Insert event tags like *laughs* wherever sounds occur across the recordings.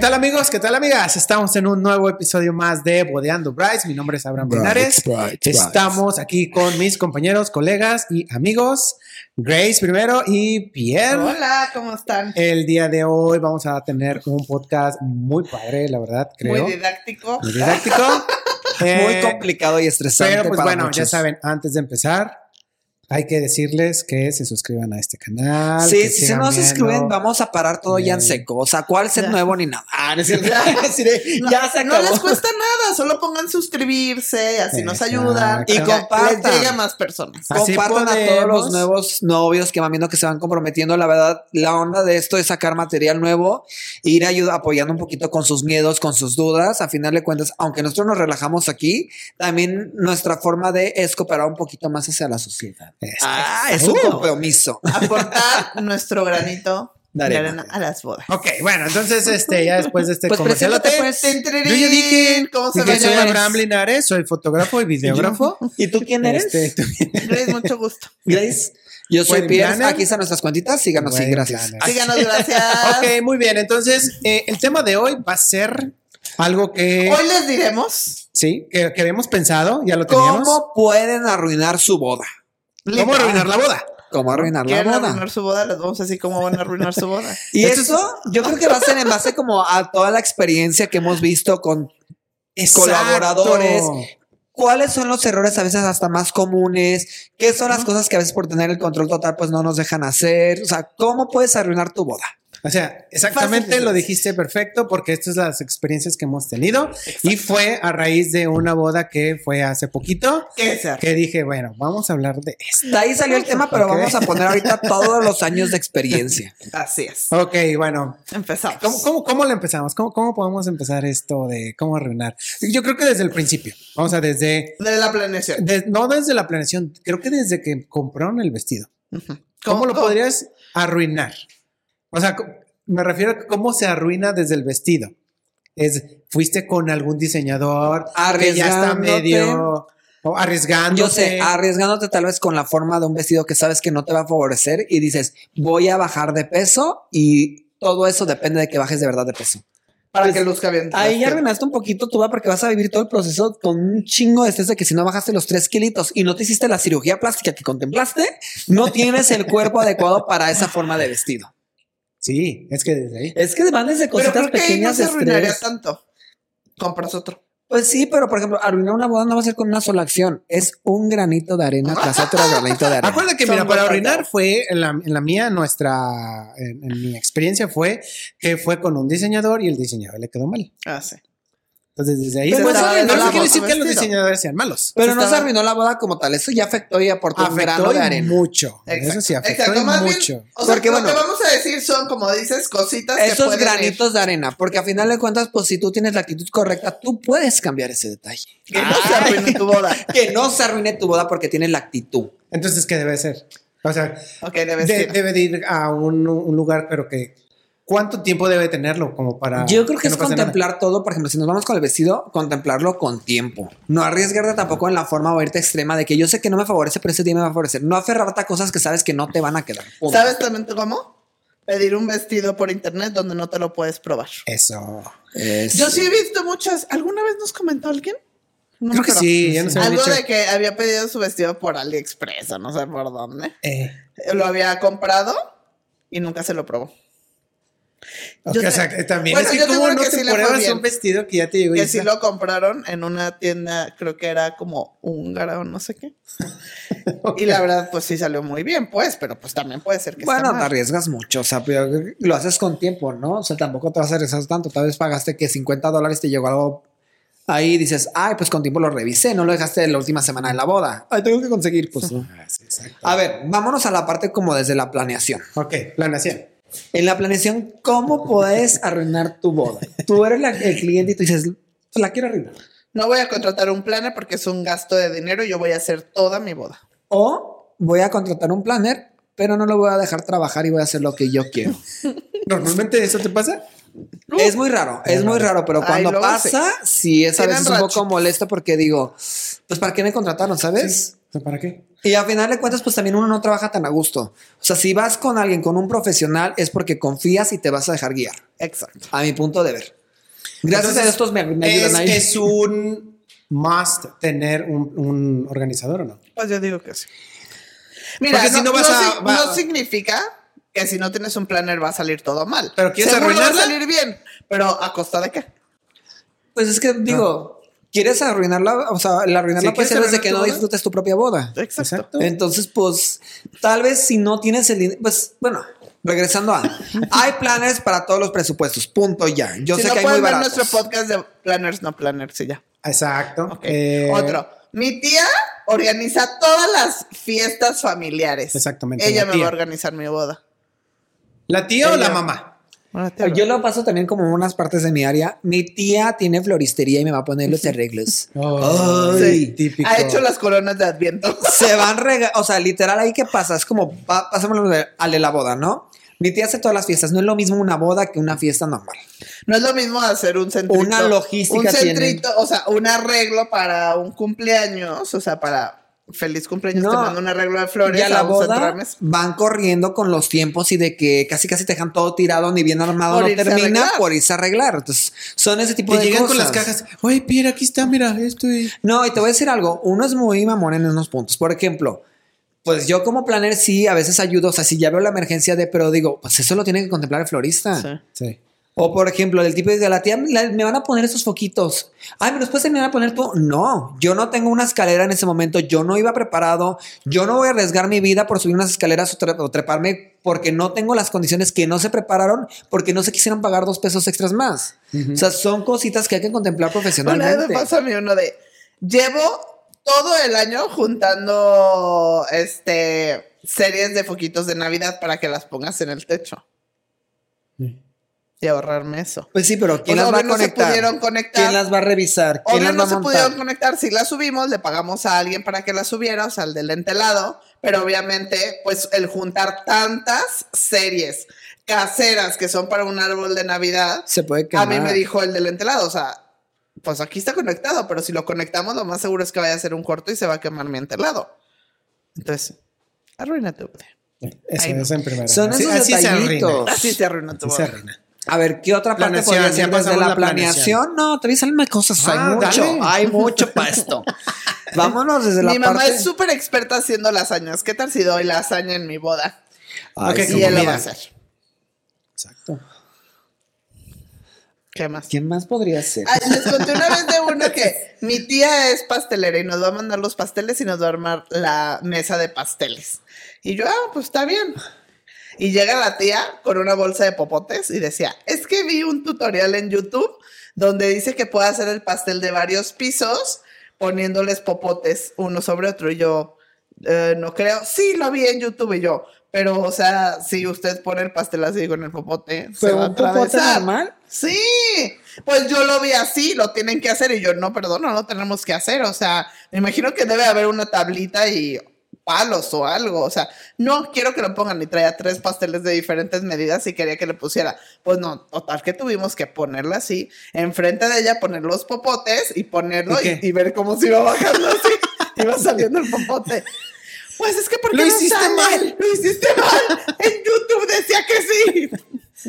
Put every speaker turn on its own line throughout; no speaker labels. tal amigos? ¿Qué tal amigas? Estamos en un nuevo episodio más de Bodeando Brides. Mi nombre es Abraham
Brides,
Pinares.
Brides, Brides.
Estamos aquí con mis compañeros, colegas y amigos. Grace primero y Pierre.
Hola, ¿cómo están?
El día de hoy vamos a tener un podcast muy padre, la verdad, creo.
Muy didáctico.
Muy didáctico.
*laughs* Muy
Eh,
complicado y estresante.
Pero pues
para
bueno, ya
muchos.
saben, antes de empezar, hay que decirles que se suscriban a este canal.
Sí,
que
si se
sigan
nos
viendo.
inscriben, vamos a parar todo ya en
Bien.
seco. O sea, ¿cuál es el
Ya.
nuevo ni nada? Ah, no es
*laughs*
cierto. *laughs* Así de,
No,
ya se
no
acabó.
les cuesta nada, solo pongan suscribirse, así nos
Exacto.
ayudan.
Y
que
compartan.
Les llegue a más personas.
Así
Compartan a todos
podemos.
los nuevos novios que van viendo que se van comprometiendo. La verdad, la onda de esto es sacar material nuevo, ir ayuda, apoyando un poquito con sus miedos, con sus dudas. A final de cuentas, aunque nosotros nos relajamos aquí, también nuestra forma de es cooperar un poquito más hacia la sociedad.
Es-
Ah, es un
Exacto.
compromiso.
*laughs*
Aportar nuestro granito de
Daré
arena a las bodas.
Ok, bueno, entonces este, ya después de este
Pues
comercialote,
preséntate, pues.
Tin, tirirín.
Yo ya dije
¿Cómo se
que
llama?
soy
Eres.
Abraham Linares, soy fotógrafo y videógrafo.
*laughs* ¿Y tú quién eres?
Este, tú-
Grace, mucho
*laughs*
gusto.
Grace. Yo soy
Wedding
Pierre.
planner.
Aquí están nuestras cuentitas. Síganos, sí,
Wedding
gracias.
planner.
Ah,
Síganos, gracias.
ok, muy bien. Entonces, eh, el tema de hoy va a ser algo que,
Hoy les diremos
sí, que, que habíamos pensado, ya lo teníamos.
¿Cómo pueden arruinar su boda?
¿Cómo arruinar la boda?
¿Cómo arruinar la
quieren
boda?
arruinar su boda, les vamos a decir cómo van a arruinar su
*laughs*
boda.
Y
Esto
eso yo creo que va a ser en base como a toda la experiencia que hemos visto con Colaboradores. cuáles son los errores a veces hasta más comunes, qué son las cosas que a veces por tener el control total pues no nos dejan hacer, o sea, ¿cómo puedes arruinar tu boda?
O sea, exactamente
Fácil de
lo
hacer.
dijiste perfecto porque estas son las experiencias que hemos tenido y fue a raíz de una boda que fue hace poquito
¿Qué ser?
que dije, bueno, vamos a hablar de esto.
De ahí salió el tema, pero
Ok.
vamos a poner ahorita todos los años de experiencia.
Así es.
Ok, bueno,
Empezamos.
¿Cómo, cómo, cómo lo empezamos? ¿Cómo, ¿Cómo podemos empezar esto de cómo arruinar? Yo creo que desde el principio. Vamos a desde.
De la planeación.
de- no desde la planeación, creo que desde que compraron el vestido. ¿Cómo, lo
podrían?
podrías arruinar? O sea, co- me refiero a cómo se arruina desde el vestido. Es, fuiste con algún diseñador que ya está
Arriesgándote.
medio o arriesgándote.
Yo sé, arriesgándote tal vez con la forma de un vestido que sabes que no te va a favorecer y dices, voy a bajar de peso y todo eso depende de que bajes de verdad de peso.
Para que luzca bien.
Ahí ya arruinaste un poquito tu va porque vas a vivir todo el proceso con un chingo de estrés de que si no bajaste los tres kilitos y no te hiciste la cirugía plástica que contemplaste, no tienes el cuerpo adecuado para esa forma de vestido.
Sí, es que desde ahí.
Es que van desde
Pero
cositas
creo que ahí no
pequeñas
se
de
arruinaría
estrés.
tanto. Compras otro.
Pues sí, pero por ejemplo, arruinar una boda no va a ser con una sola acción. Es un granito de arena tras otro granito de arena.
Acuérdate que,
Son
mira, para
gotas de
orinar
agua.
fue, en la, en la mía, nuestra, en, en mi experiencia fue que fue con un diseñador y el diseñador le quedó mal.
Ah, sí.
Entonces, desde ahí.
Pero
se
pues,
eso
está-
no es
no
la
quiere decir
moda,
que los
vestido.
diseñadores sean malos.
Pero no se
Estaba-
arruinó la boda como tal. Eso ya afectó y aportó un grano
Afectó
de
y
arena.
mucho.
Exacto.
Eso sí, afectó
Exacto,
y
más bien,
mucho.
o sea,
Porque,
lo
bueno,
que vamos a decir son, como dices, cositas que
Esos
pueden
granitos de arena, porque a final de cuentas, pues si tú tienes la actitud correcta, tú puedes cambiar ese detalle.
ir- que no se arruine tu boda.
que no se arruine tu boda porque tienes la actitud.
Entonces, ¿qué debe ser? O sea,
Ok, debe
de-
ser.
debe de ir a un, un lugar, pero que. ¿Cuánto tiempo debe tenerlo como
Ah,
para.?
Yo creo que, es
no pase nada?
contemplar todo, por ejemplo, si nos vamos con el vestido, contemplarlo con tiempo. No arriesgarte tampoco en la forma o irte extrema de que yo sé que no me favorece, pero ese día me va a favorecer. No aferrarte a cosas que sabes que no te van a quedar. Punto.
¿Sabes también tú cómo? Pedir un vestido por internet donde no te lo puedes probar.
Eso.
Es-
Yo sí he visto muchas. ¿Alguna vez nos comentó alguien? No me
creo que
acuerdo.
sí, ya nos habían
Algo
dicho.
de que había pedido su vestido por AliExpress o no sé por dónde.
eh,
Lo había comprado y nunca se lo probó.
ok,
Yo
o
te-
sea, que también
Bueno,
es que
yo
como
seguro
no
que
te
sí le fue
pruebas
bien.
un vestido que ya te llegó y
que
dices,
sí lo compraron en una tienda, creo que era como húngara o no sé qué. Y la verdad, pues sí salió muy bien, pues, pero pues también puede ser que
Bueno,
está
te
mal.
arriesgas mucho, o sea, pero lo haces con tiempo, ¿no? O sea, tampoco te vas a arriesgar tanto. Tal vez pagaste que 50 dólares te llegó algo ahí y dices, ay, pues con tiempo lo revisé, no lo dejaste la última semana de la boda. Ay, tengo que conseguir, pues. ¿no?
Ah, sí, exacto.
A ver, vámonos a la parte como desde la planeación.
Ok, planeación.
En la planeación, ¿cómo puedes *laughs* arruinar tu boda? Tú eres la- el cliente y tú dices, la quiero arruinar.
No voy a contratar un planner porque es un gasto de dinero y yo voy a hacer toda mi boda.
O voy a contratar un planner, pero no lo voy a dejar trabajar y voy a hacer lo que yo quiero.
¿Normalmente eso te pasa?
Es muy raro, es muy raro, pero
Ay,
cuando
luego
pasa, sí es a
Tienen
veces un poco
rachitos.
molesto porque digo, pues ¿para qué me contrataron, sabes?
sea, ¿para qué?
Y al final de cuentas, pues también uno no trabaja tan a gusto. O sea, si vas con alguien, con un profesional, es porque confías y te vas a dejar guiar.
Exacto.
A mi punto de ver. Gracias
Entonces,
a estos me, me
Es,
ayudan ahí.
es un must tener un, un organizador o no.
Pues yo digo que sí. Mira,
Porque
no,
si no vas
no
a-
si-
va-
no significa que si no tienes un planner va a salir todo mal.
Pero ¿quieres
Seguro
arruinarla?
va a salir bien, pero ¿a costa de qué?
Pues es que digo, quieres arruinarla, o sea, la arruinarla
Sí, ¿quieres
puede ser desde
arruinar
que
tu
no
boda?
disfrutes tu propia boda.
Exacto.
Exacto.
Entonces, pues, tal vez si no tienes el dinero, pues, bueno, regresando a, hay planes para todos los presupuestos, punto ya. Yo
si
sé
no
que hay muy
pueden ver
baratos.
nuestro podcast de planners, no planners, y ya.
Exacto.
Ok.
Eh,
Otro. Mi tía organiza todas las fiestas familiares.
Exactamente,
Ella
la
me
tía.
va a organizar mi boda.
¿La tía o la
Ella.
mamá?
Yo lo paso también como en unas partes de mi área. Mi tía tiene floristería y me va a poner los
*laughs*
arreglos.
Oh,
Ay,
Ay.
típico.
ha hecho las coronas de Adviento. *laughs*
Se van rega, o sea, literal ahí que pasa, es como pa- pásamelo de- al de la boda, ¿no? Mi tía hace todas las fiestas, no es lo mismo una boda que una fiesta normal.
No es lo mismo hacer un centrito.
Una logística
Un
tiene.
centrito, o sea, un arreglo para un cumpleaños, o sea, para feliz cumpleaños,
No.
te mando un arreglo de flores.
Y a la
un centro de
boda
mesa.
van corriendo con los tiempos y de que casi casi te dejan todo tirado ni bien armado
Por
no
irse a
termina
arreglar.
por irse a arreglar. Entonces, son ese tipo
Que
de
llegan
cosas.
con las cajas. Oye, Pierre, aquí está, mira, esto es.
No, y te voy a decir algo. Uno es muy mamón en unos puntos. Por ejemplo, pues yo como planner sí a veces ayudo. O sea, si ya veo la emergencia de, pero digo, pues eso lo tiene que contemplar el florista.
Sí.
Sí.
O por ejemplo, el tipo de la tía, la- me van a poner esos foquitos. Ay, pero después se me van a poner tú. No, yo no tengo una escalera en ese momento. Yo no iba preparado. Yo no voy a arriesgar mi vida por subir unas escaleras o, tre- o treparme porque no tengo las condiciones que no se prepararon porque no se quisieron pagar dos pesos extras más. O sea, son cositas que hay que contemplar
Una vez me
profesionalmente.
pasó a mí uno de. Llevo todo el año juntando este series de foquitos de Navidad para que las pongas en el techo. Y ahorrarme eso.
Pues sí, pero ¿quién
Pues,
las va a
obvio, no se
conectar?
pudieron conectar.
¿Quién las va a revisar? ¿Quién
Obvio
las va
no
a
se
montar?
pudieron conectar, si la subimos, le pagamos a alguien para que la subiera, o sea, al del entelado, pero obviamente, pues el juntar tantas series caseras que son para un árbol de Navidad,
Se puede
a
quemar.
mí me dijo el del entelado, o sea, pues aquí está conectado, pero si lo conectamos, lo más seguro es que vaya a ser un corto y se va a quemar mi entelado. Entonces, arruina tu boda.
Eso,
Ay, no.
eso en primera.
Son
Así-
esos
así se arruina.
detallitos.
Así se arruina tu
Así se
boda.
arruina.
A ver, ¿qué otra parte
Planeación,
podría ser
ya
desde
pasamos
la
la
planeación?
planeación.
No, todavía salen más cosas.
Ah,
hay mucho,
dale.
hay mucho para *laughs* esto. Vámonos desde la
Mi mamá
parte-
es súper experta haciendo lasañas. ¿Qué tal si doy lasaña en mi boda?
Ay,
Ok,
sí.
como
y él lo va a
mira.
hacer.
Exacto.
¿Qué más?
¿Quién más podría ser?
Ay, les conté una vez de uno que mi tía es pastelera y nos va a mandar los pasteles y nos va a armar la mesa de pasteles. Y yo, ah, pues está bien. Y llega la tía con una bolsa de popotes y decía, es que vi un tutorial en YouTube donde dice que puede hacer el pastel de varios pisos poniéndoles popotes uno sobre otro. Y yo, "Eh, no creo, sí, lo vi en YouTube y yo, pero o sea, si usted pone el pastel así con el popote, se
¿Pero
va a
un popote
atravesar".
normal?
Sí, pues yo lo vi así, lo tienen que hacer y yo no, perdón, no lo tenemos que hacer. O sea, me imagino que debe haber una tablita y palos o algo. O sea, no quiero que lo pongan y traía tres pasteles de diferentes medidas y quería que le pusiera. Pues no, total que tuvimos que ponerla así, enfrente de ella, poner los popotes y ponerlo
¿Y qué?
y, y ver cómo se iba bajando así, *laughs* iba saliendo el popote. Pues es que porque
Lo hiciste mal.
Lo hiciste mal. En YouTube decía que sí.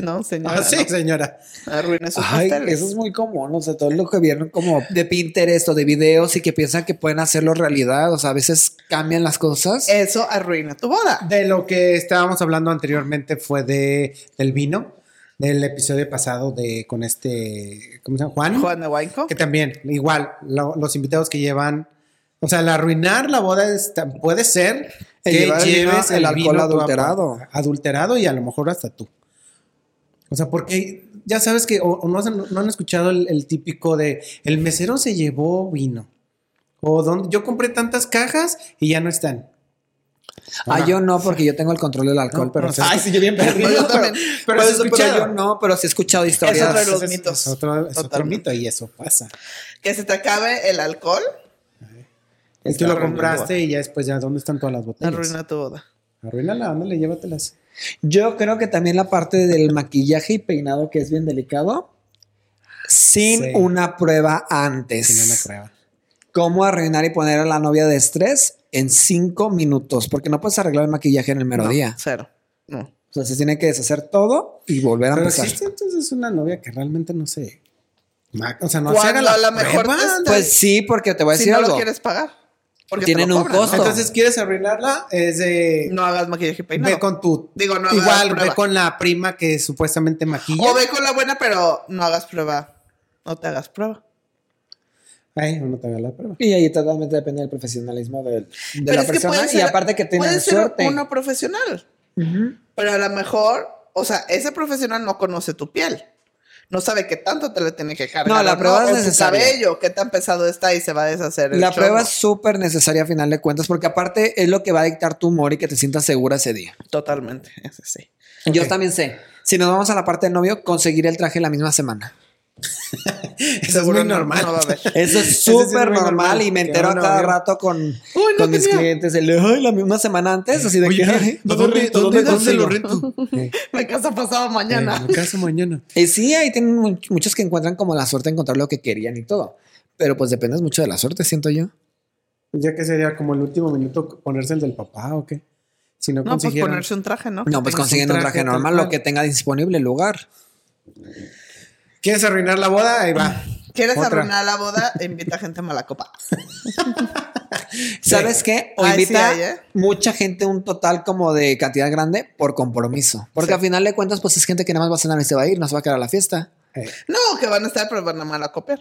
No, señora.
Ah, *laughs* sí,
no.
señora.
Arruina sus
Ay,
pasteles.
eso es muy común, o sea, todo lo que vieron como de Pinterest o de videos y que piensan que pueden hacerlo realidad, o sea, a veces cambian las cosas.
Eso arruina tu boda.
De lo que estábamos hablando anteriormente fue de del vino, del episodio pasado de con este, ¿cómo se llama? Juan.
Juan de Wainco.
Que también, igual, lo- los invitados que llevan, o sea, el arruinar la boda es tan- puede ser
El
que
llevar el vino-
lleves
el
el,
alcohol
vino tú a-
adulterado.
adulterado y a lo mejor hasta tú. O sea, porque ya sabes que, o, o no, has- no han escuchado el, el típico de, el mesero se llevó vino. O donde yo compré tantas cajas y ya no están.
Ah, yo no, porque yo tengo el control del alcohol,
No,
pero...
no, ay, sí,
yo bien
perdido,
Pero,
pero-
pero
por
sí he
eso, Pues, pero yo
escuchado.
no, pero sí he escuchado historias.
otro de los
Ese es-
mitos.
Es otro, es otro
Totalmente.
mito y eso pasa.
Que se te acabe el alcohol,
Y
Está
tú lo
arruinando.
compraste y ya después ya, ¿dónde están todas las botellas?
arruina tu boda.
Arruínala, ándale, llévatelas.
Yo creo que también la parte del maquillaje y peinado, que es bien delicado, sin
Sí.
una prueba antes.
*laughs*
Si no, no prueba.
Cómo arruinar y poner a la novia de estrés en cinco minutos, porque no puedes arreglar el maquillaje en el mero
No,
día.
Cero. No.
O sea, se tiene que deshacer todo y volver a
Pero
empezar.
existe entonces una novia que realmente no sé. ma- O sea, no se
Cuando
haga la,
a lo mejor
prueba.
te-
anda.
Pues sí, porque te voy a
Si
decir
no lo
algo.
quieres pagar. porque
Tienen
te lo
un
cobran, ¿no?
costo.
Entonces, ¿quieres arruinarla? Es de.
No hagas maquillaje y peinado.
ve con tu.
Digo, no hagas
Igual, ve
prueba.
con la prima que supuestamente maquilla.
O ve con la buena, pero no hagas prueba. No te hagas prueba.
Ay, no te haga la prueba.
Y ahí totalmente depende del profesionalismo del- de,
Pero
la
es que
persona
puede
y
ser-
aparte que
puede
tienen
ser
suerte.
uno profesional.
Ujú.
Pero a lo mejor, o sea, ese profesional no conoce tu piel. No sabe qué tanto te le tiene que cargar.
No, la
o
prueba es
o tu
necesaria.
cabello, qué tan pesado está y se va a deshacer. el
La
chongo.
prueba es súper necesaria a final de cuentas porque aparte es lo que va a dictar tu humor y que te sientas segura ese día.
Totalmente. Ese sí.
Yo también sé. Si nos vamos a la parte del novio, conseguir el traje la misma semana.
Eso es
Seguro
muy
no-
normal.
no va a
*laughs*
haber.
Eso es
Eso sí es
súper
muy
normal,
normal,
y me
que
entero a
un
cada
novio-
rato con,
Uy, no
con mis
tenía.
clientes. El, "Ay, la misma semana antes, así de
Oye,
que...
¿qué?
"Ay,
¿Dónde- dónde- dónde lo
consigo?".
Me casa pasado mañana.
Eh, me caso mañana.
Y sí, ahí tienen much- muchos que encuentran como la suerte de encontrar lo que querían y todo. Pero pues dependes mucho de la suerte, siento yo.
pues, Ya que sería como el último minuto ponerse el del papá o qué. Si no,
no, pues
consiguieron.
ponerse un traje,
No,
¿no?
pues
tengas un
consiguen un
traje
traje
tal
normal, lo
cual.
que tenga disponible el lugar.
¿Quieres arruinar la boda? Ahí
*laughs*
va.
¿Quieres
Otra.
arruinar la boda? Invita gente mala copa.
¿Sabes qué? O
Ay, sí
invita
hay, ¿eh?
mucha gente, un total como de cantidad grande, por compromiso. Porque al final de cuentas, pues es gente que nada más va a cenar y se va a ir, no se va a quedar a la fiesta.
Eh,
No, que van a estar, pero van a mala copiar.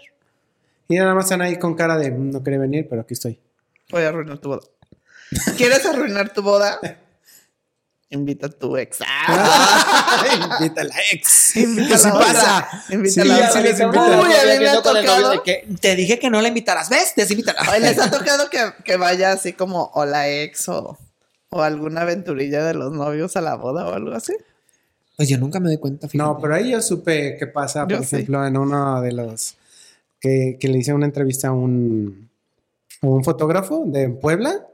Y nada más están ahí con cara de "Mm, no quería venir, pero aquí estoy. *laughs*
Voy a arruinar tu boda. ¿Quieres arruinar tu boda? Invita a tu ex. *laughs* ¡Ah!
Invita a la ex.
Invita a
Sí
la otra. Invita a
Sí,
la
ya
otra.
sí les
Uy,
invita.
a mí me ha tocado.
Te dije que no la invitarás, ¿ves? Desinvítala.
Ay, les ha tocado que, que vaya así como hola ex o, o alguna aventurilla de los novios a la boda o algo así.
Pues yo nunca me doy cuenta. fíjate.
No, pero ahí yo supe qué pasa,
Yo
por
sí.
ejemplo, en uno de los que, que le hice una entrevista a un, a un fotógrafo de Puebla.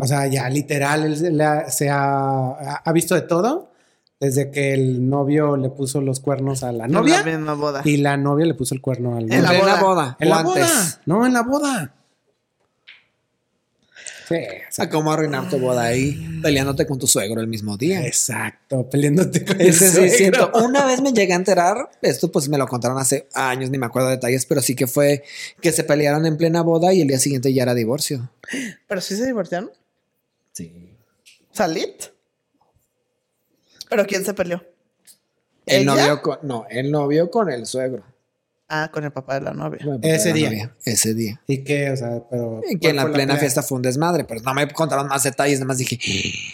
O sea, ya literal, él se, le ha- se ha, ha- ha visto de todo. Desde que el novio le puso los cuernos a la novia
En la misma boda.
y la novia le puso el cuerno al novio.
En la
Entré
boda.
En la
o antes.
boda. No, en la boda. Sí,
O sea, ¿cómo arruinar tu boda ahí peleándote con tu suegro el mismo día?
exacto. Peleándote con el
Ese sí,
suegro.
siento. Una vez me llegué a enterar, esto pues me lo contaron hace años, ni me acuerdo de detalles, pero sí que fue que se pelearon en plena boda y el día siguiente ya era divorcio.
Pero sí se divorciaron.
Sí.
Salit. Pero ¿quién se peleó?
El
¿Ella?
novio con, no, el novio con el suegro.
Ah, con el papá de la novia.
Bueno, pues,
Ese
la
día.
novia, Ese día.
¿Y qué? O sea, pero.
Y Que
¿cuál
en la
fue
plena
pelea?
fiesta fue un desmadre, pero no me contaron más detalles, nada más dije,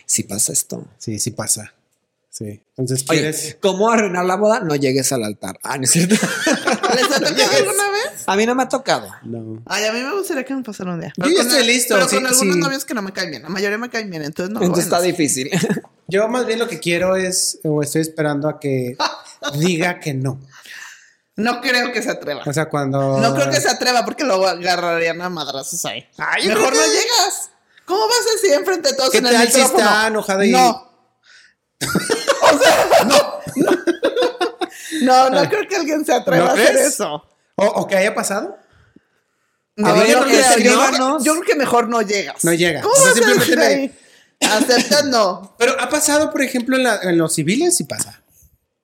si pasa esto.
Sí, sí pasa. Sí. Entonces, ¿quieres?
Oye, ¿cómo arruinar la boda? No llegues al altar. Ah, no es cierto. *laughs*
¿Les ha tocado alguna vez?
A mí no me ha tocado.
no.
Ay, a mí me gustaría que me pasara un día.
Yo
Pero
ya
con
estoy listo,
Pero
sí,
con algunos
sí.
novios que no me caen bien. La mayoría me caen bien, entonces no.
Entonces está
bueno.
difícil.
Yo más bien lo que quiero es, o estoy esperando a *laughs* que diga que no.
No creo que se atreva.
O sea, cuando.
No creo que se atreva porque lo agarrarían a madrazos ahí.
*laughs*
Ay, yo
Mejor
creo
no
que-
llegas. ¿Cómo vas así enfrente de todos
¿Qué
en el
tal si
micrófono?
está enojado y-
No. o sea, no. No, no creo que alguien se atreva
¿No
a hacer
crees?
eso.
O, o que haya pasado.
No,
A ver,
yo, creo que, yo, creo-
escríbanos.
yo creo que mejor no llegas.
No llega.
¿Cómo
O sea,
vas a
simplemente
decir
me-
ahí? Aceptando.
Pero ha pasado, por ejemplo, en, la- en los civiles, sí pasa.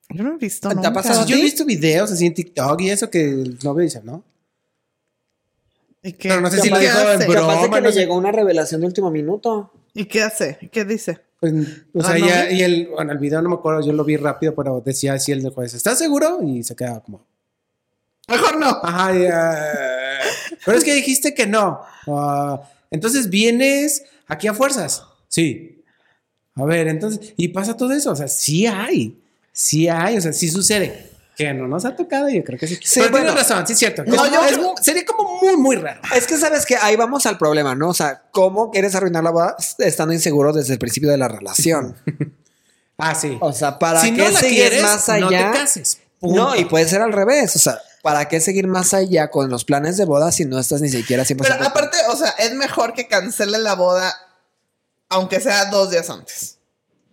Yo no he visto.
¿Te ha nunca. pasado?
O sea, yo he
¿Sí?
visto videos así en TikTok y eso que el novio dice, ¿no?
¿Y qué,
Pero no sé si
¿Qué
lo dijo en
hace?
broma. Capaz de que le llegó
una revelación de último minuto.
¿Y qué hace? ¿Qué dice?
Pues, o
Ah,
sea,
¿no?
ya, y el, bueno, el video no me acuerdo, yo lo vi rápido, pero decía así el juez, ¿estás seguro? Y se quedaba como,
Mejor no.
ajá, ya. pero es que dijiste que no. Ah, entonces vienes aquí a fuerzas. Sí. A ver, entonces, y pasa todo eso, o sea, sí hay, sí hay, o sea, sí sucede. Que no nos ha tocado, yo creo que sí.
Sí,
pero
bueno.
tienes razón, sí es cierto.
No,
Es-
yo
es
creo-
mu- sería como muy, muy raro.
Es que sabes que ahí vamos al problema, ¿no? O sea, ¿cómo quieres arruinar la boda estando inseguro desde el principio de la relación?
Ah, sí.
O sea, ¿para
si
qué
no la
sigues
quieres,
más
no
allá?
te cases.
No, y
punto.
puede ser al revés. O sea, ¿para qué seguir más allá con los planes de boda si no estás ni siquiera 100%
Pero aparte, o sea, es mejor que cancele la boda, aunque sea dos días antes.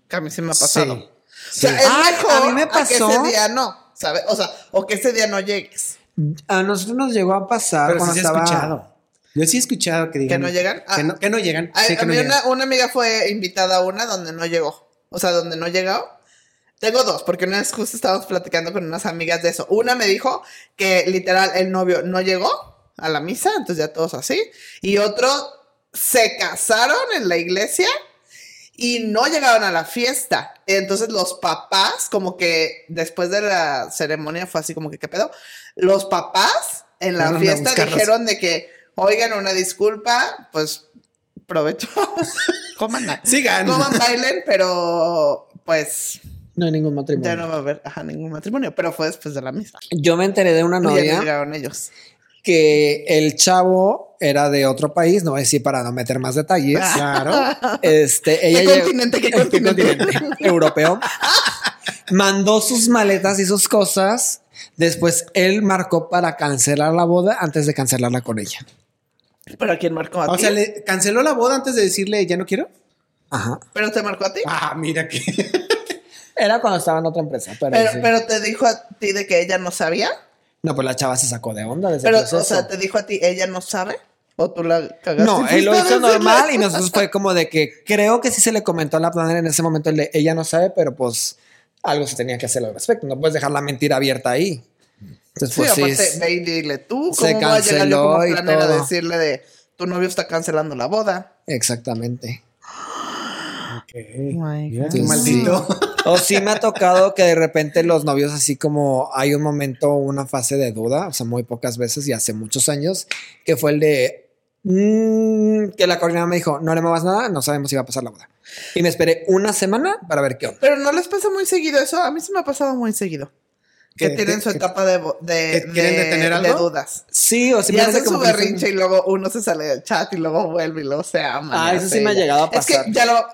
Que a mí sí me ha pasado.
Sí.
O sea,
Sí.
es
Ay,
mejor
a mí me
que
pasó.
ese día no, ¿sabes? O sea, o que ese día no llegues.
A nosotros nos llegó a pasar
Pero
cuando
sí se ha
estaba.
escuchado. Yo sí he escuchado que digan.
no llegan?
Que
Ah.
no, que no llegan.
A,
sí,
a
que no
mí
llegan.
una, una amiga fue invitada a una donde no llegó. O sea, donde no he llegado. Tengo dos, porque una vez justo estábamos platicando con unas amigas de eso. Una me dijo que literal el novio no llegó a la misa, entonces ya todos así. Y otro se casaron en la iglesia y no llegaron a la fiesta. Entonces los papás, como que después de la ceremonia fue así como que, ¿qué pedo? Los papás en la
Fueron a
fiesta
buscarlos.
dijeron de que, oigan, una disculpa, pues
*laughs*
provecho. Coman, ba-
Sigan.
coman, bailen, pero pues
No hay ningún
ya
matrimonio.
no va a haber ajá, ningún matrimonio, pero fue después de la misa.
Yo me enteré de una
Y ya no
novia
llegaron ellos.
que el chavo era de otro país, no voy a decir para no meter más
*laughs*
detalles.
Claro.
Este, ella
¿Qué
llegó- *laughs*
continente? ¿Qué continente?
europeo. Mandó sus maletas y sus cosas. Después él marcó para cancelar la boda antes de cancelarla con ella.
¿Pero a quién marcó a
O
ti?
sea, le canceló la boda antes de decirle ya no quiero.
Ajá.
¿Pero te marcó a ti?
Ah, mira *laughs* que.
Era cuando estaba en otra empresa, pero,
pero,
sí.
pero te dijo a ti de que ella no sabía.
no, pues la chava se sacó de onda desde
Pero,
el proceso.
o sea, te dijo a ti, ella no sabe. O tú la cagaste.
No, él lo
Fuiste a
hizo
decirle.
normal y nosotros fue como de que creo que sí se le comentó a la planera en ese momento, el de, ella no sabe, pero pues algo se tenía que hacer al respecto. No puedes dejar la mentira abierta ahí. Entonces,
*laughs* Sí,
pues sí.
aparte,
es-
ve y dile tú. ¿Cómo
se
voy a llegar yo como
canceló y
planera a
todo.
decirle de tu novio está cancelando la boda? Eh,
Exactamente.
my
Mira
God.
qué maldito.
O sí me ha tocado que de repente los novios así como hay un momento, una fase de duda, o sea, muy pocas veces y hace muchos años, que fue el de mm, que la coordinadora me dijo, no le muevas nada, no sabemos si va a pasar la boda. Y me esperé una semana para ver qué onda.
Pero no les pasa muy seguido eso. A mí se me ha pasado muy seguido. Que
¿Qué?
tienen su
¿Qué?
etapa de, bo- de,
¿Que quieren
de-
detener algo?
de dudas.
Sí, o
Y
simplemente
hacen su
como que dicen-
berrinche y luego uno se sale del chat y luego vuelve y luego se ama.
Ah, eso sí me ha llegado a
Es
pasar.
que ya lo...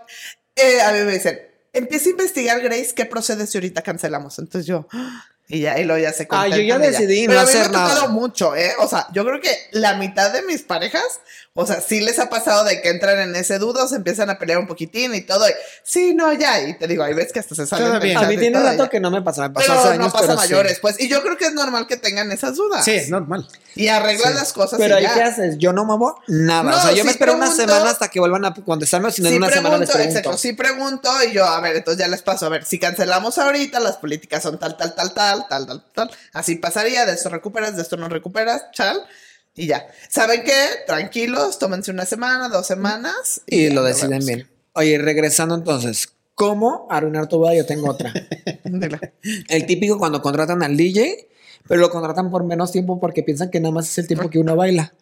eh, a mí me dicen, empieza a investigar, Grace, qué procede si ahorita cancelamos. Entonces yo... ¡ah! Y ya, y luego ya se
Ah, yo
contentan
ya
y
decidí
Pero
no
a mí
hacer
me ha tocado
nada.
mucho, ¿eh? O sea, yo creo que la mitad de mis parejas, o sea, sí les ha pasado de que entran en ese dudo, se empiezan a pelear un poquitín y todo. Y, sí, no, ya. Y te digo, ahí ves que hasta se salen
Todo
del
bien.
chat
A mí
y
tiene
todo,
un rato
ya.
que no me pasa, me pasó
Pero
hace años,
no pasa
pero sí.
mayores, pues. Y yo creo que es normal que tengan esas dudas.
Sí, es normal.
Y arreglan las cosas.
Pero
y
ahí,
ya.
¿qué haces? Yo no muevo nada.
No,
o sea, yo
sí
me espero una
pregunto-
semana hasta que vuelvan a contestarme, o si no, en
Sí
una semana les
pregunto,
pregunto.
exacto, sí pregunto y yo, a ver, entonces ya les paso, a ver, si cancelamos ahorita, las políticas son tal, tal, tal, tal, tal, tal, tal, así pasaría, de esto recuperas, de esto no recuperas, chal, y ya. ¿Saben qué? Tranquilos, tómense una semana, dos semanas.
Y
ya,
lo
nos
deciden
vemos. *laughs*
bien. Oye, regresando entonces, ¿cómo arruinar tu boda? Yo tengo otra.
Dile.
El típico cuando contratan al DJ, pero lo contratan por menos tiempo porque piensan que nada más es el tiempo que uno baila.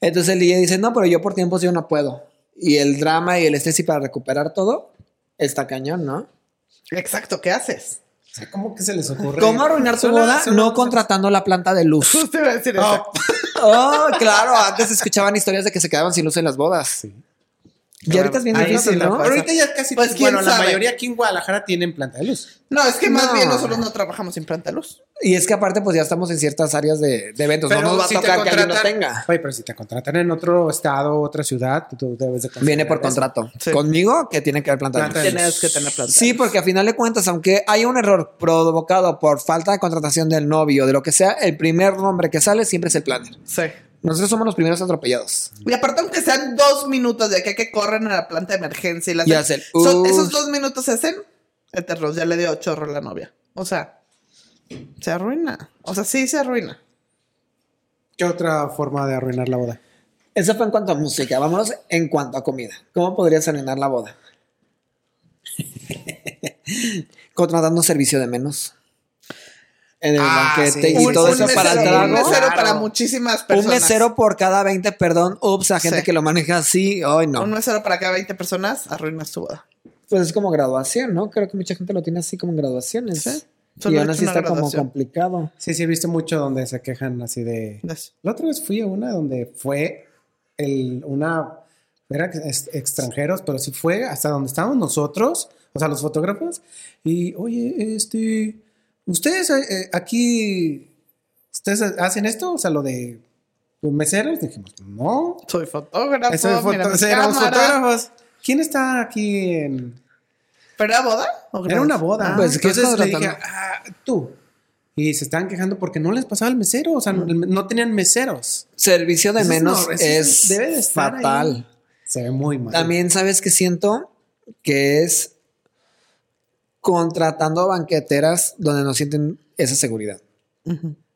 Entonces el DJ dice, no, pero yo por tiempo sí yo no puedo. Y el drama y el estrés y para recuperar todo, está cañón, ¿no?
Exacto, ¿qué haces? *laughs*
O sea, ¿cómo que se les ocurre?
¿Cómo arruinar tu
Suena-
boda?
suena-
No contratando la planta de luz.
Justo iba a decir eso.
Oh,
*laughs* Oh, claro, antes escuchaban historias de que se quedaban sin luz en las bodas. Y ahorita es bien
ahí sí
difícil,
la
¿no?
pasa. Ahorita ya casi.
Pues, ¿quién
bueno, la
sabe?
mayoría aquí en Guadalajara tienen planta de luz.
No, es que más
No.
bien nosotros no trabajamos sin planta luz.
Y es que aparte, pues ya estamos en ciertas áreas de, de eventos. no nos va
si
a
te
tocar que alguien no
contratan-
tenga.
Oye, pero si te contratan en otro estado, otra ciudad, tú debes de considerar
Viene por
eso.
contrato.
Sí.
Conmigo, que tiene que haber planta de
Planta
luz.
de
Tienes que tener planta.
Sí, porque a final de cuentas, aunque hay un error provocado por falta de contratación del novio, de lo que sea, el primer nombre que sale siempre es el planner.
Sí.
Nosotros somos los primeros atropellados.
Y aparte, aunque sean dos minutos de que, que corren a la planta de emergencia y las
Y hacen,
son-
"Uy".
esos dos minutos se hacen eternos. Ya le dio chorro a la novia. O sea, se arruina. O sea, sí se arruina.
¿Qué otra forma de arruinar la boda?
Eso fue en cuanto a música. Vámonos en cuanto a comida. ¿Cómo podrías arruinar la
*laughs*
boda? Contratando servicio de menos. En el
Ah,
banquete
sí.
y
Un-
todo
un
eso para el
mesero,
trago.
un mesero
Claro.
para muchísimas personas.
Un mesero por cada 20, perdón. Ups, a gente
Sí.
que lo maneja así. Ay, no.
Un mesero para cada 20 personas arruina su boda.
Pues es como graduación, ¿no? Creo que mucha gente lo tiene así como en graduaciones.
Sí. Solo
Y
he
aún
hecho
así
una
está como
graduación.
complicado.
Sí, sí, he visto mucho donde se quejan así de. La otra vez fui a una donde fue el, una. Eran ex- extranjeros, pero sí fue hasta donde estábamos nosotros, o sea, los fotógrafos. Y, oye, este. ¿Ustedes eh, aquí. ¿Ustedes hacen esto? O sea, lo de. los meseros? Dijimos, no.
Soy fotógrafo.
Eso es foto-
mira mi
sí, éramos
cámara.
fotógrafos. ¿Quién está aquí en.?
¿Pero era boda? o
Era una
graduación?
boda.
Ah, pues, ¿qué
Entonces le
estás
dije,
tratando?
"Ah, tú. Y se estaban quejando porque no les pasaba el mesero. O sea, no no tenían meseros.
servicio de
Eso es
menos
nor- eso
es,
es- debe de estar
fatal.
Se ve muy mal.
También sabes que siento que es contratando banqueteras donde no sienten esa seguridad.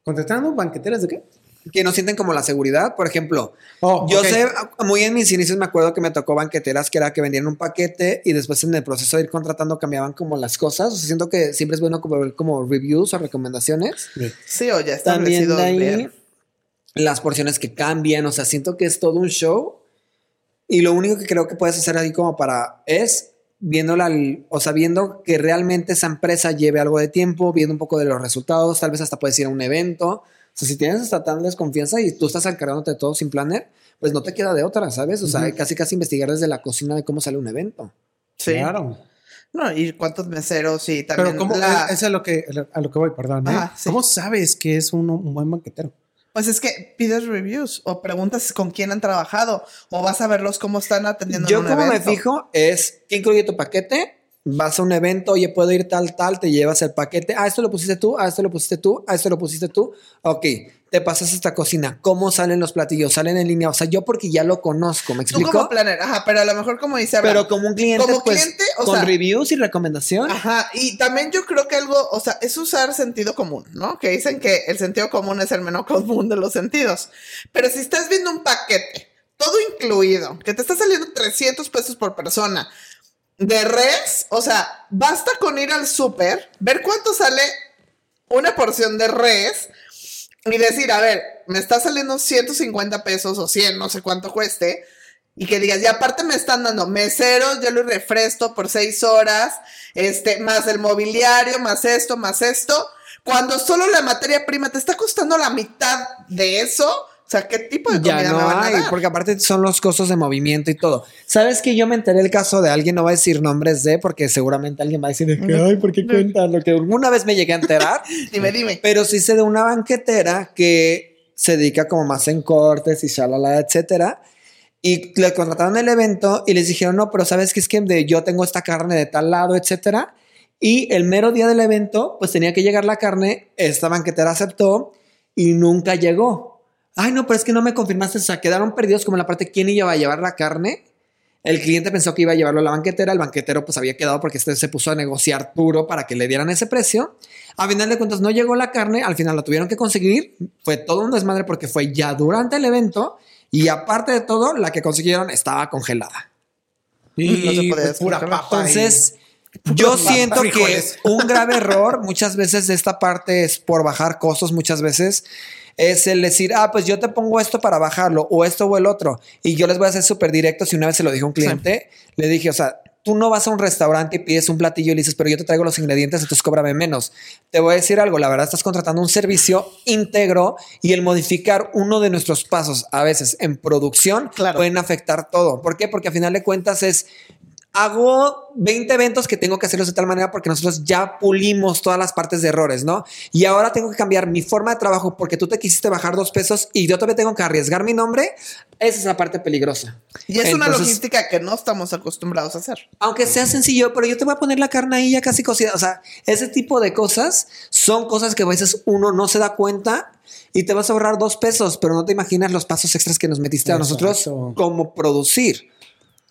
¿Contratando banqueteras de qué?
Que no sienten como la seguridad, por ejemplo,
Oh,
Yo
ok.
sé, muy en mis inicios me acuerdo que me tocó banqueteras que era que vendían un paquete y después en el proceso de ir contratando cambiaban como las cosas. O sea, siento que siempre es bueno como ver como reviews o recomendaciones.
Sí, o ya
También
establecido
de ahí
bien.
las porciones que cambian. O sea, siento que es todo un show. Y lo único que creo que puedes hacer ahí como para es viéndola, al- o sea, viendo que realmente esa empresa lleve algo de tiempo, viendo un poco de los resultados, tal vez hasta puedes ir a un evento. O sea, si tienes hasta tan desconfianza y tú estás encargándote de todo sin planner, pues no te queda de otra, ¿sabes? O sea,
Ujú.
casi casi investigar desde la cocina de cómo sale un evento.
Sí.
Claro.
No, y cuántos meseros y también.
Pero ¿cómo?
la-
Es a lo, que, a lo que voy, perdón. ¿eh?
Ajá, sí.
¿Cómo sabes que es un, un buen banquetero?
Pues es que pides reviews o preguntas con quién han trabajado o vas a verlos cómo están atendiendo.
Yo
en un
como me
evento.
fijo es, ¿qué incluye tu paquete? Vas a un evento, oye, puedo ir tal, tal, te llevas el paquete. Ah, esto lo pusiste tú, ah, esto lo pusiste tú, ah, esto lo pusiste tú. Ok, te pasas esta cocina. ¿Cómo salen los platillos? ¿Salen en línea? O sea, yo porque ya lo conozco, ¿me
Tú
explico?
como planner, ajá, pero a lo mejor como dice Abraham,
Pero como un cliente,
Como
pues,
cliente, o
con
sea-
reviews y recomendación.
Ajá, y también yo creo que algo, o sea, es usar sentido común, ¿no? Que dicen que el sentido común es el menos *laughs* común de los sentidos. Pero si estás viendo un paquete, todo incluido, que te está saliendo 300 pesos por persona de res, o sea, basta con ir al súper, ver cuánto sale una porción de res y decir, a ver, me está saliendo 150 pesos o 100, no sé cuánto cueste. Y que digas, y aparte me están dando meseros, yo lo refresco por seis horas, este, más el mobiliario, más esto, más esto. Cuando solo la materia prima te está costando la mitad de eso, o sea, ¿qué tipo de comida
Ya
pues, me
no
van a
hay,
dar?
porque aparte son los costos de movimiento y todo. ¿Sabes que yo me enteré el caso de alguien, no voy a decir nombres de, porque seguramente alguien va a decir, de que, ay, ¿por qué cuentan? Lo que alguna vez me llegué a enterar.
Dime, dime.
Pero sí sé de una banquetera que se dedica como más en cortes y shalala, etcétera. Y le contrataron el evento y les dijeron, no, pero sabes que es que de- yo tengo esta carne de tal lado, etcétera. Y el mero día del evento, pues tenía que llegar la carne. Esta banquetera aceptó y nunca llegó. Ay, no, pero es que no me confirmaste. O sea, quedaron perdidos como en la parte quién iba a llevar la carne. El cliente pensó que iba a llevarlo a la banquetera. El banquetero pues había quedado porque este se puso a negociar duro para que le dieran ese precio. A final de cuentas no llegó la carne. Al final la tuvieron que conseguir. Fue todo un desmadre porque fue ya durante el evento. Y aparte de todo, la que consiguieron estaba congelada.
Y
No se podía
pues, pura
descongelar.
papa.
Entonces, yo
Pura
siento
papa,
que
frijoles.
*laughs* un grave error muchas veces de esta parte es por bajar costos, muchas veces es el decir, ah, pues yo te pongo esto para bajarlo o esto o el otro. Y yo les voy a hacer súper directo. Si una vez se lo dije a un cliente, le dije, o sea, tú no vas a un restaurante y pides un platillo y le dices, pero yo te traigo los ingredientes, entonces cóbrame menos. Te voy a decir algo, la verdad estás contratando un servicio íntegro y el modificar uno de nuestros pasos a veces en producción
Claro.
pueden afectar todo. ¿Por qué? Porque a final de cuentas es hago 20 eventos que tengo que hacerlos de tal manera porque nosotros ya pulimos todas las partes de errores, ¿no? Y ahora tengo que cambiar mi forma de trabajo porque tú te quisiste bajar dos pesos y yo todavía tengo que arriesgar mi nombre. Esa es la parte peligrosa.
Y es una
Entonces,
logística que no estamos acostumbrados a hacer.
Aunque sea sencillo, pero yo te voy a poner la carne ahí ya casi cocida. O sea, ese tipo de cosas son cosas que a veces uno no se da cuenta y te vas a ahorrar dos pesos, pero no te imaginas los pasos extras que nos metiste a nosotros
Exacto.
como producir.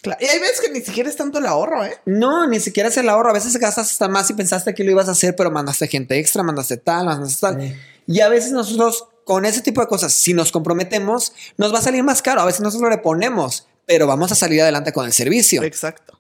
Claro. Y hay veces que ni siquiera es tanto el ahorro, ¿eh?
No, ni siquiera es el ahorro. A veces gastas hasta más y pensaste que lo ibas a hacer, pero mandaste gente extra, mandaste tal, mandaste tal.
Sí.
Y a veces nosotros, con ese tipo de cosas, si nos comprometemos, nos va a salir más caro. A veces nosotros le ponemos, pero vamos a salir adelante con el servicio.
Exacto.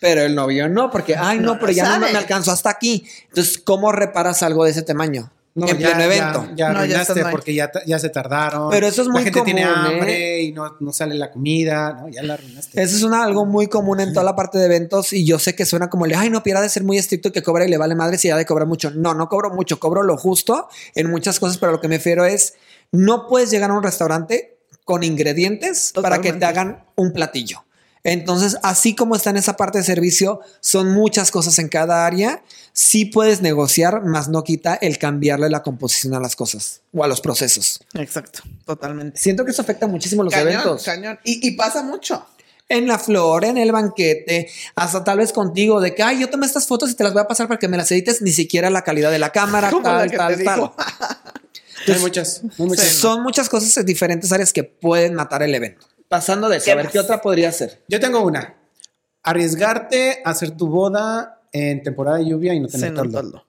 Pero el novio no, porque, ay, no,
No,
pero ya no
sabe.
me alcanzó hasta aquí. Entonces, ¿cómo reparas algo de ese tamaño?
No,
en
ya,
pleno evento.
Ya, ya
No, ya
arruinaste
están mal.
porque ya, ta- ya se tardaron.
Pero eso es muy
La gente tiene
común, ¿eh?
hambre y no, no sale la comida. No, ya la arruinaste.
Eso es una- algo muy común en toda la parte de eventos y yo sé que suena como, el, ay, no pierda de ser muy estricto y que cobra y le vale madre si ya de cobrar mucho. No, no cobro mucho, cobro lo justo en muchas cosas, pero lo que me refiero es, no puedes llegar a un restaurante con ingredientes para que te
Totalmente.
hagan un platillo. Entonces, así como está en esa parte de servicio, son muchas cosas en cada área. Sí puedes negociar, más no quita el cambiarle la composición a las cosas o a los procesos.
Exacto. Totalmente.
Siento que eso afecta muchísimo los
cañón,
eventos
cañón. Y, y pasa mucho.
en la flor, en el banquete, hasta tal vez contigo, de que, ay, yo tomé estas fotos y te las voy a pasar para que me las edites, ni siquiera la calidad de la cámara,
Como
*laughs*
la
tal,
que
tal,
te
tal.
digo.
Hay muchas, hay muchas.
Son muchas cosas en diferentes áreas que pueden matar el evento. Pasando de eso,
¿Qué
a ver
más?
qué otra podría ser.
Yo tengo una. Arriesgarte a hacer tu boda en temporada de lluvia y no tener
Sin un
toldo.
toldo.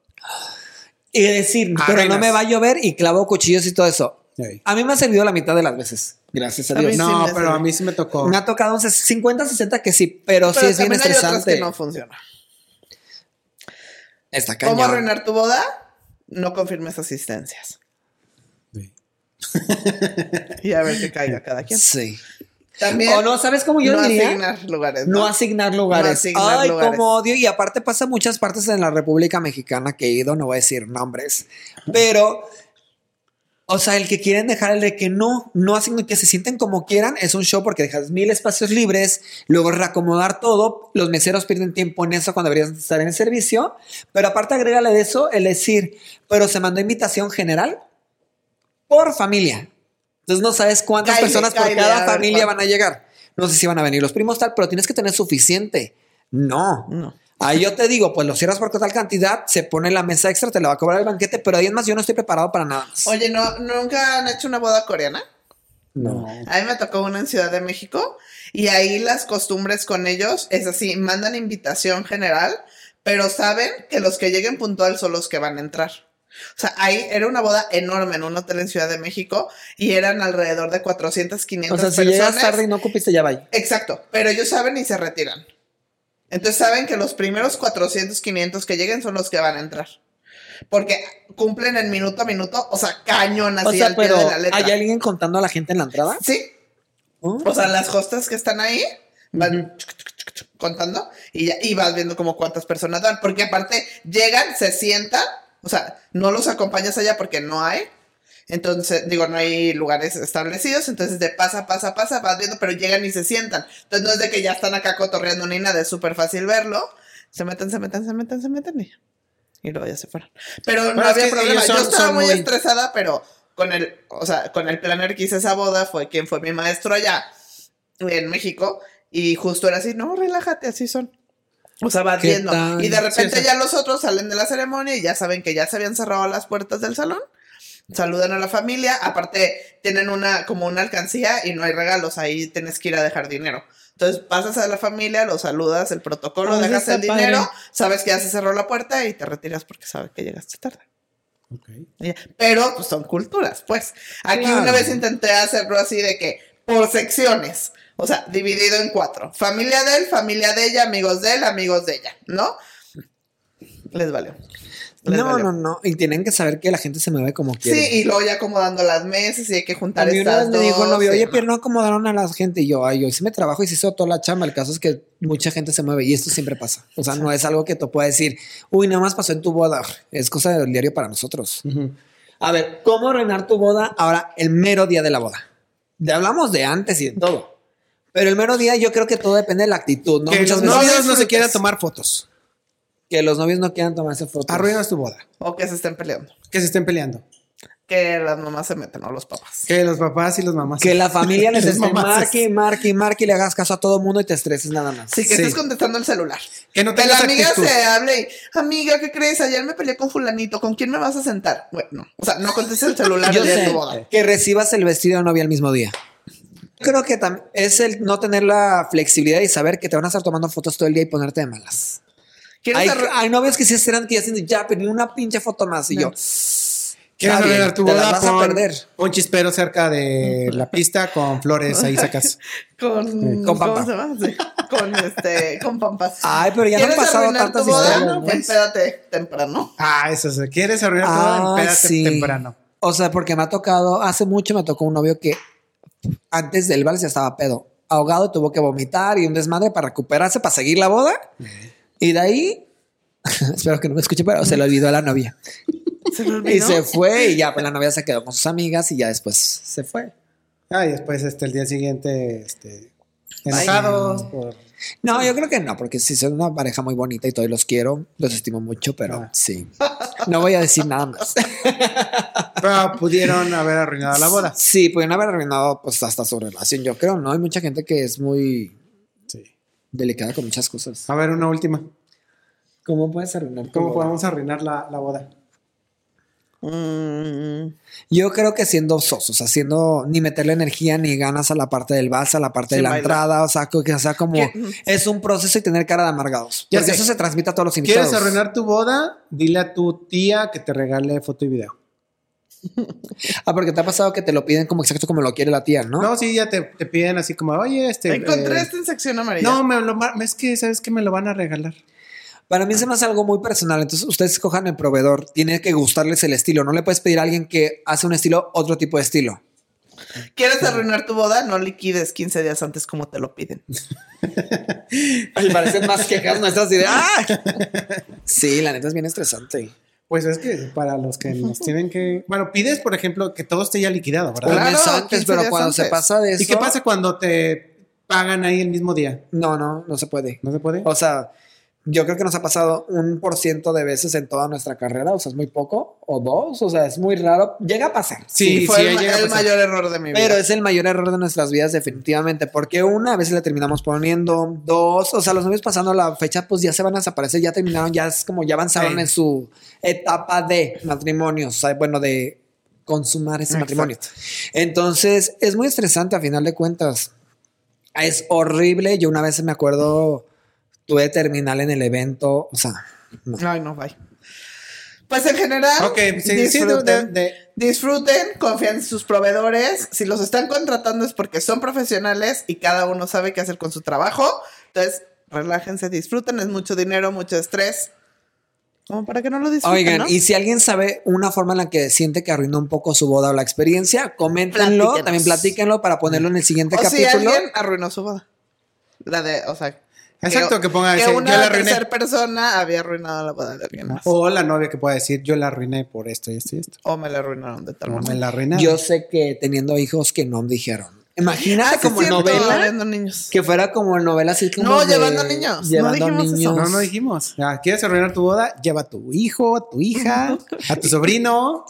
Y decir, pero no
Arenas.
me va a llover y clavo cuchillos y todo eso.
Ey.
A mí me ha servido la mitad de las veces. Gracias a
A
Dios.
mí sí
No,
me
pero
hace-
a mí sí me tocó.
Me ha tocado un 50, 60 que sí, pero, sí es bien
también hay otras
estresante.
que no funciona.
Está
¿Cómo
cañón.
arruinar tu boda? No confirmes asistencias.
Sí.
*laughs* Y a ver qué caiga cada quien.
Sí.
También
O no, ¿sabes cómo yo
no
diría?
asignar lugares.
No asignar lugares.
No asignar
Ay,
lugares.
como odio. Y aparte pasa en muchas partes en la República Mexicana que he ido, no voy a decir nombres, pero, o sea, el que quieren dejar, el de que no, no asignen, que se sienten como quieran, es un show porque dejas mil espacios libres, luego reacomodar todo, los meseros pierden tiempo en eso cuando deberían estar en el servicio, pero aparte agrégale de eso el decir, pero se mandó invitación general por familia. Entonces no sabes cuántas
Cáile,
personas por
cáile, a
cada
ver
familia
cuánto.
van a llegar. No sé si van a venir los primos tal, pero tienes que tener suficiente. No.
No.
Ahí yo te digo, pues lo cierras por tal cantidad, se pone la mesa extra, te la va a cobrar el banquete, pero ahí es más, yo no estoy preparado para nada más.
Oye, ¿no, ¿nunca han hecho una boda coreana?
no.
A mí me tocó una en Ciudad de México y ahí las costumbres con ellos es así, mandan invitación general, pero saben que los que lleguen puntual son los que van a entrar. O sea, ahí era una boda enorme en un hotel en Ciudad de México y eran alrededor de 400, 500
O sea, si llegas
personas.
tarde y no cupiste, ya vaya.
Exacto, pero ellos saben y se retiran. Entonces saben que los primeros 400, 500 que lleguen son los que van a entrar. Porque cumplen el minuto a minuto, o sea, cañón así
O sea,
al pie
pero
de la letra.
¿hay alguien contando a la gente en la entrada?
Sí,
¿Oh?
Pues, o sea, las hostas que están ahí van chuc, chuc, chuc, chuc, contando y, ya- y vas viendo como cuántas personas van. Porque aparte llegan, se sientan, o sea, no los acompañas allá porque no hay. Entonces, digo, no hay lugares establecidos, entonces de pasa, pasa, pasa, vas viendo, pero llegan y se sientan. Entonces no es de que ya están acá cotorreando ni nada, es súper fácil verlo. Se meten, se meten, se meten, se meten y, y luego ya se fueron. Pero no
Bueno, es
había
que
problema.
ellos
Yo
son-
estaba
son
muy
muy-
estresada, pero con el, o sea, con el planner que hice esa boda fue quien fue mi maestro allá en México y justo era así, no, relájate, así son. O sea, vas
¿Qué
viendo.
tal?
Y de repente
Sí, o sea-
ya los otros salen de la ceremonia y ya saben que ya se habían cerrado las puertas del salón. Saludan a la familia, aparte tienen una como una alcancía y no hay regalos, ahí tienes que ir a dejar dinero. Entonces pasas a la familia, los saludas, el
Ah,
protocolo,
eso
dejas el
está padre.
dinero, sabes que ya se cerró la puerta y te retiras porque sabes que llegaste tarde.
Ok.
Ya, Pero pues, son culturas, pues. Aquí
Claro.
una vez intenté hacerlo así de que por secciones, o sea, dividido en cuatro. Familia de él, familia de ella, amigos de él, amigos de ella, ¿no? Les valió. Les
No,
valió.
no, no. Y tienen que saber que la gente se mueve como quiere.
Sí, y luego ya acomodando las mesas y hay que
A
juntar
mí una
estas
vez me dijo un
dos,
novio,
y
oye,
no.
pero no acomodaron a la gente. Y yo, ay, hoy sí me trabajo y se hizo toda la chamba. El caso es que mucha gente se mueve y esto siempre pasa. O sea, no es algo que te pueda decir, uy, nada más pasó en tu boda. Es cosa del diario para nosotros.
Ujú.
A ver, ¿cómo arruinar tu boda ahora el mero día de la boda? Ya hablamos de antes y de todo. Pero el mero día yo creo que todo depende de la actitud, ¿no?
que los
Muchas veces
novios no se
disfrutes.
quieran tomar fotos.
que los novios no quieran tomarse fotos.
Arruinas tu boda.
O que se estén peleando.
Que se estén peleando.
Que las mamás se meten o los papás.
Que los papás y los mamás.
Que la
*laughs*
familia les
Los
esté
mamás.
marque, y marque, y marque y le hagas caso a todo mundo y te estreses nada más.
Sí, que
Sí.
estés contestando el celular.
Que no
Que la
tengas
amiga
actitud.
se hable y, amiga, ¿qué crees? Ayer me peleé con fulanito, ¿con quién me vas a sentar? Bueno, o sea, no contestes el celular
*laughs* Yo
el día de
sé
tu boda.
que recibas el vestido de novia el mismo día. Creo que tam- es el no tener la flexibilidad y saber que te van a estar tomando fotos todo el día y ponerte de malas.
¿Quieres
Hay,
arru-
hay novios que sí serán que ya dicen, ya pedí una pinche foto más y yo.
Quieres
está bien,
arreglar tu
te
boda.
las vas a
pon
perder.
Un chispero cerca
*laughs*
de la pista con flores. Ahí sacas.
Con,
Con pampa.
¿cómo se llama? Sí, con este, con pampas.
Ay, pero ya no han
¿Quieres
pasado
arruinar
tantas
tu boda?
historias, ¿no?
Empédate temprano.
Ah, eso es. ¿Quieres arruinar tu
Ah,
boda? Empédate
sí.
temprano.
O sea, porque me ha tocado, hace mucho me tocó un novio que antes del vals ya estaba pedo, ahogado, tuvo que vomitar y un desmadre para recuperarse, para seguir la boda. Y de ahí, *laughs* espero que no me escuche, pero se le olvidó a la novia.
Se
*laughs*
me
Y
olvidó.
se fue y ya, pues la novia se quedó con sus amigas y ya después se fue.
Ah, y después este, el día siguiente, este, enojados por...
No, yo creo que no, porque sí son una pareja muy bonita y todos los quiero, los estimo mucho, pero
Ah.
*laughs* sí. No voy a decir nada más.
Pero pudieron haber arruinado la
*laughs*
boda.
Sí, pudieron haber arruinado pues hasta su relación, yo creo, ¿no? Hay mucha gente que es muy
Sí.
delicada con muchas cosas.
A ver, una última.
¿Cómo puedes arruinar tu
¿Cómo
boda?
podemos arruinar la, la boda?
Mm,
Yo creo que siendo sosos, haciendo ni meterle energía ni ganas a la parte del vals, a la parte de
Sí,
la
baila.
entrada, o sea, co- que sea como
¿Qué?
es un proceso y tener cara de amargados.
Ya
porque
sé.
eso se transmite a todos los invitados.
¿Quieres arruinar tu boda? Dile a tu tía que te regale foto y video.
Ah, porque te ha pasado que te lo piden como exacto como lo quiere la tía, ¿no?
No, sí, ya te, te piden así como, oye, este.
Ah. Encontré
eh,
esta en sección amarilla.
No, me lo, ma- es que, ¿sabes que Me lo van a regalar.
Para mí se me hace algo muy personal. Entonces, ustedes escojan el proveedor. Tiene que gustarles el estilo. No le puedes pedir a alguien que hace un estilo, otro tipo de estilo.
¿Quieres arruinar tu boda? No liquides 15 días antes como te lo piden.
Al parecer más quejas nuestras *laughs* y de ¡ah! Sí, la neta es bien estresante.
Pues es que para los que nos tienen que. Bueno, pides, por ejemplo, que todo esté ya liquidado, ¿verdad?
Un
Claro,
mes antes,
15
pero
días
cuando se
antes.
pasa de eso.
¿Y qué pasa cuando te pagan ahí el mismo día?
No, no, no se puede.
¿No se puede?
O sea, yo creo que nos ha pasado un por ciento de veces en toda nuestra carrera. O sea, es muy poco o dos. O sea, es muy raro. Llega a pasar.
Sí,
fue
sí,
el, ma-
llega a
el
pasar.
mayor error de mi vida.
Pero es el mayor error de nuestras vidas, definitivamente. Porque una, a veces la terminamos poniendo. Dos, o sea, los novios pasando la fecha, pues ya se van a desaparecer, ya terminaron, ya es como ya avanzaron
Sí.
en su etapa de matrimonio. O sea, bueno, de consumar ese
Exacto.
matrimonio. Entonces, es muy estresante a final de cuentas. Es horrible. Yo una vez me acuerdo, tuve terminal en el evento. O sea, no.
Ay, no, bye. Pues en general,
Ok, sí, sí, de- de-
disfruten,
de-
disfruten, confíen en sus proveedores. Si los están contratando es porque son profesionales y cada uno sabe qué hacer con su trabajo. Entonces, relájense, disfruten. Es mucho dinero, mucho estrés. Como para que no lo disfruten,
Oigan,
¿no?
y si alguien sabe una forma en la que siente que arruinó un poco su boda o la experiencia, coméntenlo,
Platíquenos.
también platíquenlo para ponerlo en el siguiente
o
este
si
capítulo.
alguien arruinó su boda. La de, o sea...
Exacto, que ponga,
que
Ah, sí, yo
una
la arruiné.
tercera persona había arruinado la boda de alguien más.
O la novia que pueda decir, yo la arruiné por esto y esto y esto.
O me la arruinaron de tal
No
manera.
me la arruiné.
Yo sé que teniendo hijos que no me dijeron. Imagínate
Ah, *laughs* sí,
como
cierto,
novela,
Llevando niños.
que fuera como novela así como
No,
de-
llevando niños. No
Llevando
dijimos eso.
niños.
No, no dijimos. Ah, ¿Quieres arruinar tu boda? Lleva a tu hijo, a tu hija, a tu sobrino,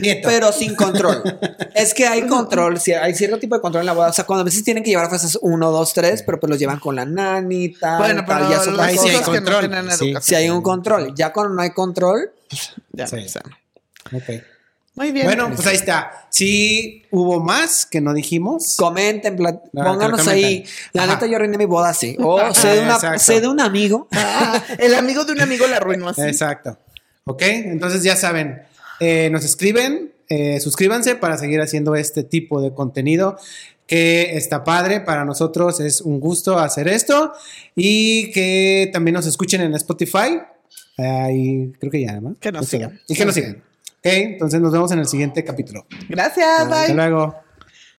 nieto.
Pero sin control.
*laughs*
es que hay control, sí, hay cierto tipo de control en la boda. O sea, cuando a veces tienen que llevar frases uno, dos, tres, pero pues los llevan con la nanita.
Bueno, pero
ya es otra
los
Ahí sí hay
cosa.
hijos que no
control.
tienen
Sí.
educación.
Si hay un control. Ya cuando no hay control,
Ya,
Sí.
o sea,
Ok.
Muy bien.
Bueno, pues ahí está. Sí hubo más que no dijimos.
Comenten, plat-
No,
pónganos
que lo
ahí.
comenten.
La
Ajá.
neta, yo arruiné mi boda así.
*laughs*
O sé de, una,
Exacto.
sé de un amigo.
Ah, el amigo de un amigo la arruinó así.
Exacto. Ok, entonces ya saben, eh, nos escriben, eh, suscríbanse para seguir haciendo este tipo de contenido que está padre, para nosotros es un gusto hacer esto y que también nos escuchen en Spotify eh, y creo que ya, ¿no?
Que nos
Creo
sigan.
ya. Y que nos sigan. Ok, entonces nos vemos en el siguiente capítulo.
Gracias, bye.
Hasta luego.